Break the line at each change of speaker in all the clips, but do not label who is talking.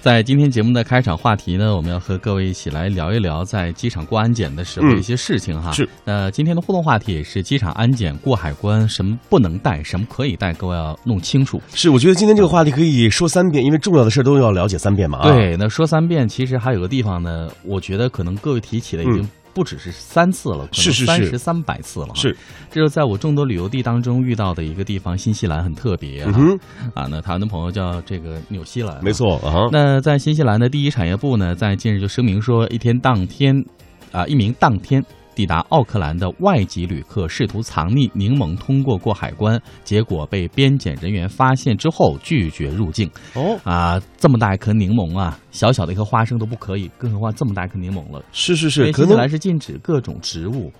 在今天节目的开场话题呢，我们要和各位一起来聊一聊在机场过安检的时候
嗯
一些事情哈。
是。
那今天的互动话题也是机场安检过海关，什么不能带，什么可以带，各位要弄清楚。
是，我觉得今天这个话题可以说三遍，因为重要的事儿都要了解三遍嘛。啊，
对，那说三遍，其实还有个地方呢，我觉得可能各位提起的已经
嗯
不只是三次了，
是是
三
是
十三百次了。
是，
这是在我众多旅游地当中遇到的一个地方，新西兰很特别啊。
嗯哼，
啊，那台湾的朋友叫这个纽西兰啊、
没错啊。
那在新西兰的第一产业部呢，在近日就声明说，一天当天，啊、一名当天抵达奥克兰的外籍旅客试图藏匿柠檬通过过海关，结果被边检人员发现之后拒绝入境。
哦，
啊，这么大一颗柠檬啊，小小的一颗花生都不可以，更何况这么大一颗柠檬了。
是是
因
是，
为
可
新西兰
能
是禁止各种植物。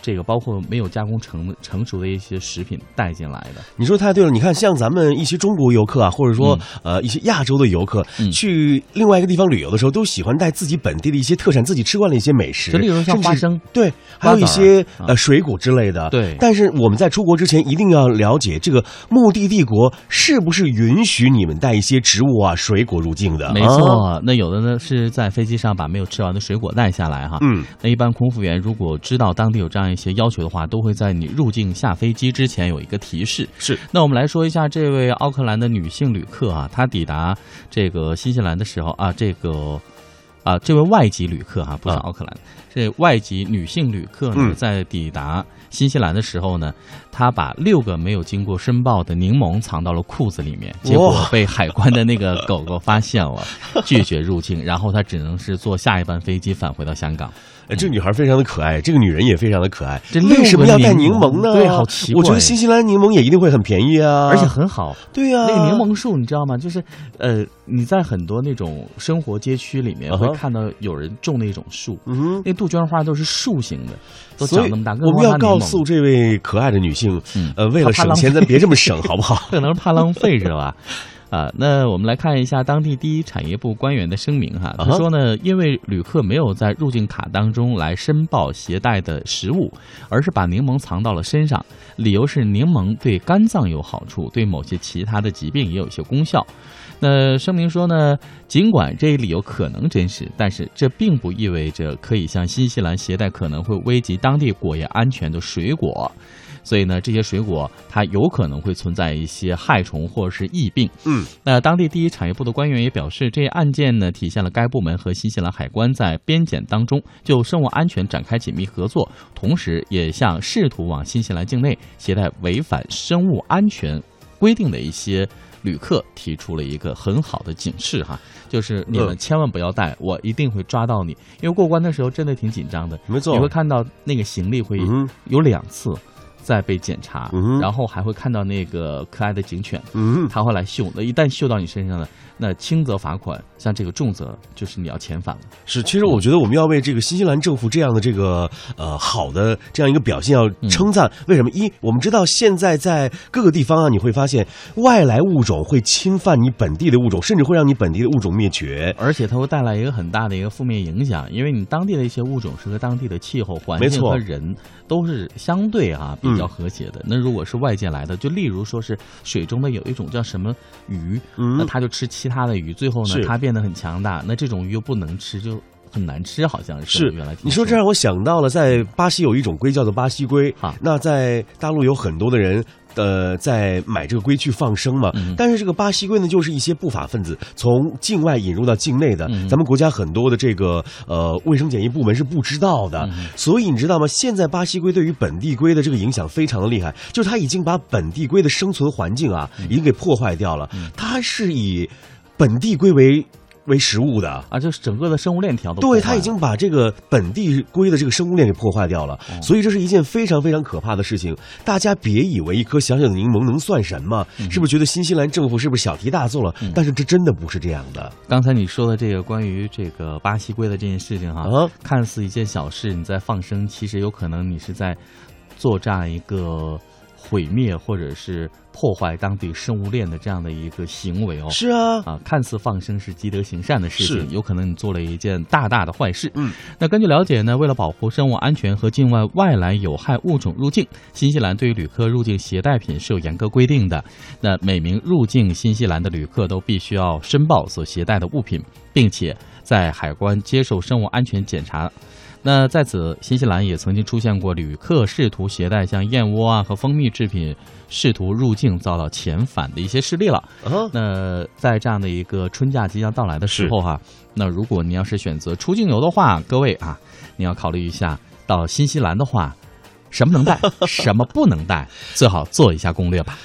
这个包括没有加工成成熟的一些食品带进来的，
你说太对了。你看，像咱们一些中国游客啊，或者说
嗯
呃一些亚洲的游客，去另外一个地方旅游的时候，都喜欢带自己本地的一些特产，自己吃惯了一些美食，
就例如像
甚至
花生，
对，还有一
瓜子儿
些
啊
呃水果之类的。
对
但是我们在出国之前一定要了解这个目的地国是不是允许你们带一些植物啊、水果入境的。
没
啊，
错。那有的呢是在飞机上把没有吃完的水果带下来哈，
嗯，
那一般空服员如果知道当地有这样一些要求的话，都会在你入境下飞机之前有一个提示。
是。
那我们来说一下这位奥克兰的女性旅客啊，她抵达这个新西兰的时候啊，这个啊这位外籍旅客哈、不是
啊
奥克兰，这外籍女性旅客呢，
嗯
在抵达新西兰的时候呢，她把六个没有经过申报的柠檬藏到了裤子里面，结果
哇
被海关的那个狗狗发现了，拒绝入境，然后她只能是坐下一班飞机返回到香港。
呃这个女孩非常的可爱，这个女人也非常的可爱。
嗯这
为什么要带
六
柠
个柠
檬
檬
呢？
对好奇怪
我觉得新西兰柠檬也一定会很便宜啊，
而且很好。
对啊呀、
那个柠。檬树，你知道吗？就是，呃，你在很多那种生活街区里面
啊哈
会看到有人种那种树，
嗯
那杜鹃花都是树形的，都
哼，所
长
以
那么大。更
我们
何
要
况它柠
告
檬
诉，这位可爱的女性，
嗯
呃，为了省钱，咱别这么省，好 不好？
可能是怕浪费是吧？啊，那我们来看一下当地第一产业部官员的声明哈，
啊哈
他说呢，因为旅客没有在入境卡当中来申报携带的食物，而是把柠檬藏到了身上，理由是柠檬对肝脏有好处，对某些其他的疾病也有一些功效。那声明说呢，尽管这一理由可能真实，但是这并不意味着可以向新西兰携带可能会危及当地果业安全的水果。所以呢，这些水果它有可能会存在一些害虫或者是疫病。
嗯，
那当地第一产业部的官员也表示，这一案件呢体现了该部门和新西兰海关在边检当中就生物安全展开紧密合作，同时也向试图往新西兰境内携带违反生物安全规定的一些。旅客提出了一个很好的警示哈，就是你们
嗯
千万不要带，我一定会抓到你。因为过关的时候真的挺紧张的，
没
你会
错，
看到那个行李会
嗯哼
有两次在被检查，
嗯哼
然后还会看到那个可爱的警犬，
嗯哼，
它会来嗅。那一旦嗅到你身上了，那轻则罚款，像这个重则就是你要遣返了。
是。其实我觉得我们要为这个新西兰政府这样的这个呃好的这样一个表现要
嗯
称赞。为什么？一，我们知道现在在各个地方啊，你会发现外来物种会侵犯你本地的物种，甚至会让你本地的物种灭绝。
而且它会带来一个很大的一个负面影响，因为你当地的一些物种是和当地的气候、环
没
境
错嗯
和人都是相对啊比较和谐的。那如果是外界来的，就例如说是水中的有一种叫什么鱼，
嗯
那它就吃其他的鱼，最后呢
是
它变得很强大，那这种鱼又不能吃，就很难吃，好像是
是
我原来听
你说这让我想到了，在巴西有一种龟叫做巴西龟
啊，
那在大陆有很多的人。呃，在买这个龟去放生嘛，
嗯
但是这个巴西龟呢，就是一些不法分子从境外引入到境内的，咱们国家很多的这个呃卫生检疫部门是不知道的，所以你知道吗？现在巴西龟对于本地龟的这个影响非常的厉害，就是它已经把本地龟的生存环境啊，已经给破坏掉了，它是以本地龟为为食物的，
啊，就是整个的生物链条都破坏
对他已
了
经把这个本地龟的这个生物链给破坏掉了，
嗯
所以这是一件非常非常可怕的事情。大家别以为一颗小小的柠檬能算什么，
嗯
是不是觉得新西兰政府是不是小题大做了？但是这真的不是这样的。
刚才你说的这个关于这个巴西龟的这件事情哈，
啊
看似一件小事，你在放生，其实有可能你是在做这样一个毁灭或者是破坏当地生物链的这样的一个行为哦。
是啊，
啊，看似放生是积德行善的事情，
是
有可能你做了一件大大的坏事。
嗯，
那根据了解呢，为了保护生物安全和境外外来有害物种入境，新西兰对于旅客入境携带品是有严格规定的。那每名入境新西兰的旅客都必须要申报所携带的物品，并且在海关接受生物安全检查。那在此，新西兰也曾经出现过旅客试图携带像燕窝啊和蜂蜜制品试图入境遭到遣返的一些事例了。
啊，
那在这样的一个春假即将到来的时候哈、那如果您要是选择出境游的话，各位啊，你要考虑一下，到新西兰的话，什么能带，什么不能带，最好做一下攻略吧。